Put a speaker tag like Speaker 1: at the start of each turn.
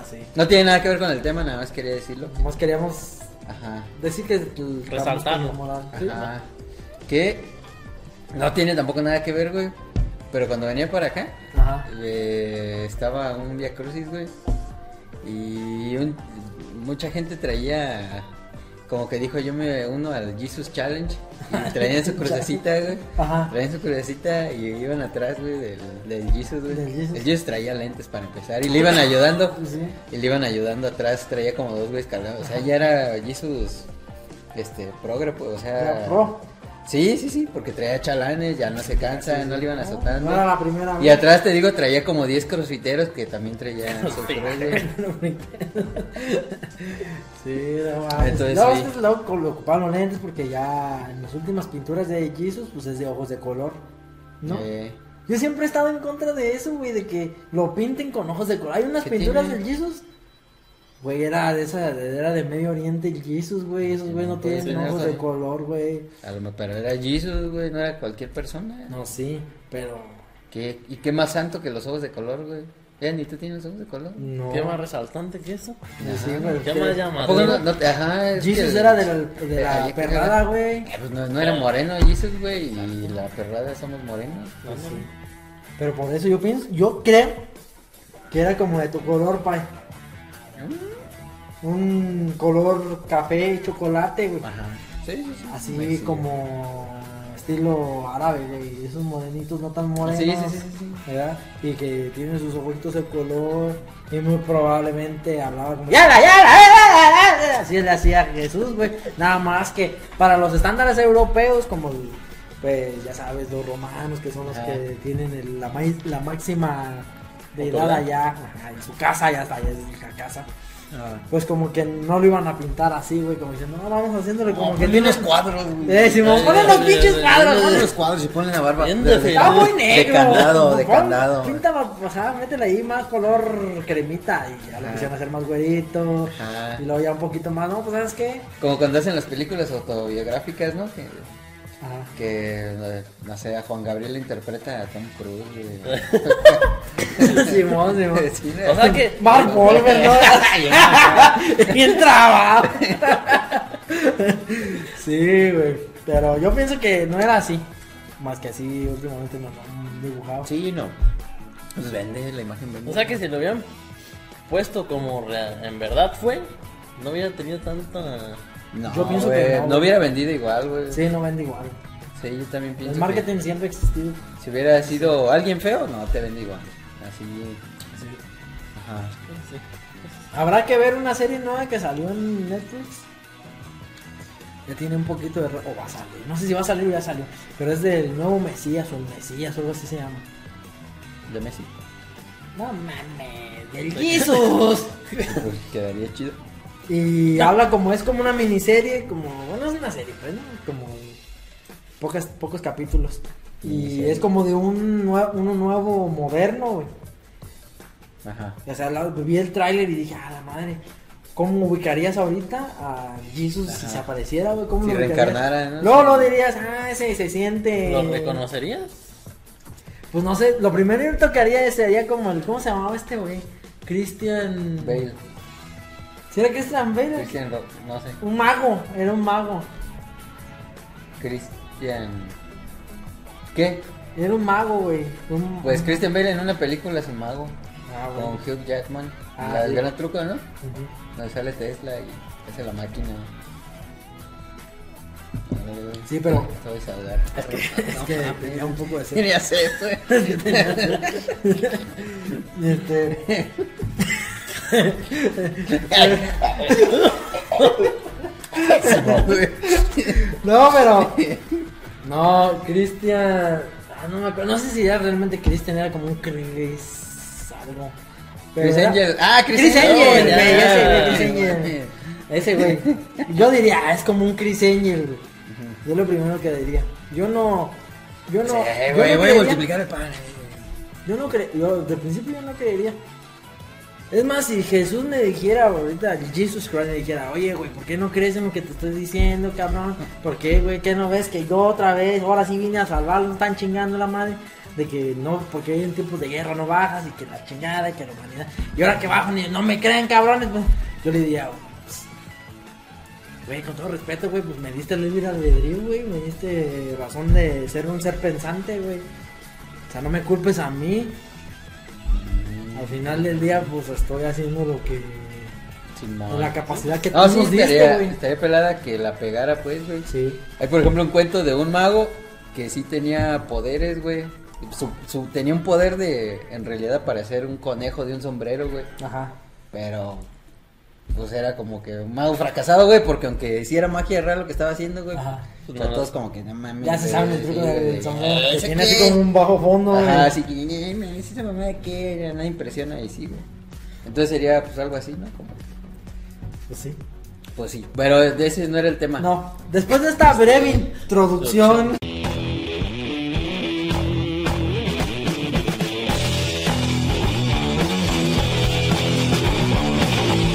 Speaker 1: así.
Speaker 2: No tiene nada que ver con el tema, nada más quería decirlo.
Speaker 1: Ah, Nomás queríamos
Speaker 2: Ajá.
Speaker 1: decir que el
Speaker 3: Resaltarlo.
Speaker 1: moral. sí.
Speaker 2: Ajá. Que no tiene tampoco nada que ver, güey. Pero cuando venía para acá,
Speaker 1: Ajá.
Speaker 2: eh, estaba un Via Crucis, güey. Y un- mucha gente traía, como que dijo, yo me uno al Jesus Challenge. Y traían su crucecita, güey.
Speaker 1: Ajá.
Speaker 2: Traían su crucecita y iban atrás, güey, del, del Jesus, güey.
Speaker 1: Del Jesus.
Speaker 2: El Jesus traía lentes para empezar y le iban ayudando.
Speaker 1: Sí.
Speaker 2: Y le iban ayudando atrás, traía como dos güeyes cargados. O sea, ya era Jesus, este, progre, pues, o sea...
Speaker 1: Era pro.
Speaker 2: Sí, sí, sí, porque traía chalanes, ya no se cansa, no le iban azotando.
Speaker 1: No era la primera
Speaker 2: Y atrás te digo, traía como 10 crossfiteros que también traían su progre.
Speaker 1: Sí, no mames.
Speaker 2: Entonces,
Speaker 1: No,
Speaker 2: sí.
Speaker 1: es que luego col- ocupaban los lentes porque ya en las últimas pinturas de Jesus, pues es de ojos de color. ¿No?
Speaker 2: Eh,
Speaker 1: Yo siempre he estado en contra de eso, güey, de que lo pinten con ojos de color. Hay unas
Speaker 2: ¿Qué
Speaker 1: pinturas
Speaker 2: tiene?
Speaker 1: del Jesus. Güey, era de esa, de- era de Medio Oriente el Jesus, güey.
Speaker 3: Ah,
Speaker 1: Esos güey no
Speaker 2: No puede
Speaker 1: tienen
Speaker 2: ser,
Speaker 1: ojos
Speaker 2: no
Speaker 1: de
Speaker 2: sabía.
Speaker 1: color, güey.
Speaker 2: a lo mejor, pero era Jesus, güey, no era cualquier persona.
Speaker 1: No, sí, pero
Speaker 2: ¿Qué- ¿Y qué más santo que los ojos de color, güey? Ya, ni tú tienes ojos de color.
Speaker 1: no. Pues
Speaker 3: ¿Qué más resaltante que eso?
Speaker 1: Sí, güey,
Speaker 3: ¿Qué
Speaker 1: que-
Speaker 3: más
Speaker 2: ¿A poco no-
Speaker 3: llamador?
Speaker 2: no te- ajá, es
Speaker 1: Jesus
Speaker 2: que-
Speaker 1: era de la, de
Speaker 2: Eh,
Speaker 1: la
Speaker 2: había que
Speaker 1: perrada,
Speaker 2: cagar.
Speaker 1: güey.
Speaker 2: Eh, pues no, no era moreno Jesus, güey, y la perrada somos morenos.
Speaker 3: No, no, no.
Speaker 1: Pero por eso yo pienso, yo creo que era como de tu color, pai. Un color café y chocolate, güey.
Speaker 2: Ajá. Sí, sí, sí.
Speaker 1: Así
Speaker 2: Güey, sí.
Speaker 1: como estilo árabe, güey. Esos morenitos no tan morenos.
Speaker 2: Sí, sí, sí, sí, sí.
Speaker 1: ¿verdad? Y que tienen sus ojitos de color. Y muy probablemente hablaba como. ¡Yala, yala, yala, yala! Así le hacía Jesús, güey. Nada más que para los estándares europeos, como. el- Pues ya sabes, los romanos que son los
Speaker 2: Ajá.
Speaker 1: que tienen el- la, mai- la máxima deidad
Speaker 2: Autoridad.
Speaker 1: allá, ajá, en su casa, ya está, ya es la casa. Pues como que no lo iban a pintar así, güey, como diciendo, no, vamos haciéndole como que tiene
Speaker 2: unos cuadros, güey.
Speaker 1: Eh, Simón,
Speaker 2: Eh,
Speaker 1: ponen los
Speaker 2: eh,
Speaker 1: pinches
Speaker 2: eh,
Speaker 1: cuadros,
Speaker 2: ponen
Speaker 1: ¿no?
Speaker 2: los cuadros y ponen la barba.
Speaker 3: Bien
Speaker 2: de- de-
Speaker 3: definido.
Speaker 1: Está muy negro.
Speaker 2: De candado, de
Speaker 1: Pon-
Speaker 2: candado. güey.
Speaker 1: Pinta, o sea, métele ahí más color cremita y ya lo
Speaker 2: Ajá.
Speaker 1: quisieron hacer más güerito.
Speaker 2: Ajá.
Speaker 1: Y luego ya un poquito más, ¿no? Pues ¿sabes qué?
Speaker 2: Como cuando hacen las películas autobiográficas, ¿no? Que,
Speaker 1: Ajá.
Speaker 2: que, eh, no sé, a Juan Gabriel interpreta a Tom Cruise, güey.
Speaker 1: Simón, Simón.
Speaker 2: Sí,
Speaker 3: O sea que.
Speaker 1: Mark Wahlberg, ¿no? Bien trabado. sí, güey. Pero yo pienso que no era así. Más que así últimamente nos lo han dibujado.
Speaker 2: Sí, no. Pues vende, la imagen vende.
Speaker 3: O sea que si lo hubieran puesto como rea- en verdad fue, no hubiera tenido tanta.
Speaker 2: No,
Speaker 1: Yo pienso que
Speaker 2: güey,
Speaker 1: no,
Speaker 2: no,
Speaker 1: güey.
Speaker 2: hubiera vendido igual, güey.
Speaker 1: Sí, no vende igual.
Speaker 2: Sí, yo también pienso
Speaker 1: El marketing siempre ha existido.
Speaker 2: que si hubiera sido alguien feo, no, te vende igual. Así. Ajá.
Speaker 1: Habrá que ver una serie nueva que salió en Netflix. Ya tiene un poquito de... ra- O va a salir. No sé si va a salir o ya salió. Pero es del nuevo Mesías o el Mesías o algo así se llama.
Speaker 2: De Messi.
Speaker 1: No mames. Del Jesús.
Speaker 2: Pues quedaría chido.
Speaker 1: y habla como es como una miniserie. Como... Bueno, es una serie, pero ¿no? Como... Pocas, pocos capítulos. Y
Speaker 2: Miniserie.
Speaker 1: es como de un nue- uno nuevo moderno, güey.
Speaker 2: Ajá.
Speaker 1: O sea, la- pues, vi el tráiler y dije, ah, la madre, ¿cómo ubicarías ahorita a Jesus si
Speaker 2: Ajá.
Speaker 1: se apareciera, güey? ¿Cómo
Speaker 2: Si
Speaker 1: lo ubicarías?
Speaker 2: reencarnara, ¿no?
Speaker 1: No, no dirías, ah, ese se siente.
Speaker 3: ¿Lo reconocerías?
Speaker 1: Pues no sé, lo primero que haría sería como el, ¿cómo se llamaba este güey? Christian.
Speaker 2: Bale.
Speaker 1: ¿Sí era Christian Bale?
Speaker 2: Christian Rock, no sé.
Speaker 1: Un mago, era un mago.
Speaker 2: Christian. ¿Qué?
Speaker 1: Era un mago, güey. Un-
Speaker 2: Pues Oh. Christian Bale en una película es un mago.
Speaker 1: Ah, güey.
Speaker 2: Con Hugh Jackman.
Speaker 1: Ah,
Speaker 2: La-
Speaker 1: sí.
Speaker 2: el gran truco, ¿no?
Speaker 1: Ujú.
Speaker 2: Donde sale Tesla y hace la máquina.
Speaker 1: Sí, pero-
Speaker 2: Te voy a saludar.
Speaker 1: Es que tenía un poco de sed.
Speaker 2: Tenía sed, güey.
Speaker 1: Y este. No, pero. No, Cristian. Ah, no me acuerdo. No sé si era realmente Cristian, era como un Chris. Algo. Pero
Speaker 2: Chris
Speaker 1: era-
Speaker 2: Angel. Ah, Chris,
Speaker 1: Chris Angel,
Speaker 2: Oh, ya.
Speaker 1: güey, ese güey,
Speaker 3: ya,
Speaker 1: Chris Angel. Ese güey. Yo diría, ah, es como un Chris Angel, güey. Yo lo primero que diría. Yo no. Yo no.
Speaker 2: Sí,
Speaker 1: yo
Speaker 2: güey,
Speaker 1: no
Speaker 2: voy
Speaker 1: creería-
Speaker 2: a multiplicar el pan.
Speaker 1: Yo no creo. Yo, de principio, yo no creería. Es más, si Jesús me dijera ahorita, Jesus Christ me dijera, oye, güey, ¿por qué no crees en lo que te estoy diciendo, cabrón? ¿Por qué, güey? ¿Qué no ves que yo otra vez, ahora sí vine a salvarlo, están chingando la madre? de que no, porque en tiempos de guerra no bajas y que la chingada y que la humanidad. Y ahora que bajo, ni, no me creen, cabrones. pues, Yo le diría, "Pues, güey, con todo respeto, güey, pues me diste el libre albedrío, güey, me diste razón de ser un ser pensante, güey. O sea, no me culpes a mí. Al final del día, pues estoy haciendo lo que.
Speaker 2: Simón.
Speaker 1: La capacidad que
Speaker 2: No,
Speaker 1: tú
Speaker 2: Ah. sí,
Speaker 1: nos diste,
Speaker 2: estaría,
Speaker 1: güey.
Speaker 2: estaría pelada que la pegara, pues, güey.
Speaker 1: Sí.
Speaker 2: Hay, por ejemplo, un cuento de un mago que sí tenía poderes, güey. Su- su- tenía un poder de, en realidad, para hacer un conejo de un sombrero, güey.
Speaker 1: Ajá.
Speaker 2: Pero, pues era como que un mago fracasado, güey, porque aunque hiciera magia era lo que estaba haciendo, güey.
Speaker 1: Ajá.
Speaker 2: pues, no, todos como que no mames.
Speaker 1: Ya se
Speaker 2: güey,
Speaker 1: saben el truco
Speaker 2: sí,
Speaker 1: del
Speaker 2: güey. Ah,
Speaker 1: sombrero. Que
Speaker 2: ¿Ese
Speaker 1: tiene
Speaker 2: qué?
Speaker 1: así como un bajo fondo, güey.
Speaker 2: Ajá, así que, "Eh, me dice esa mamá de que era nada impresiona y sí, güey. Entonces sería, pues, algo así, ¿no? Como,
Speaker 1: Pues sí.
Speaker 2: pues sí. Pero de ese no era el tema.
Speaker 1: No, después de esta breve introducción,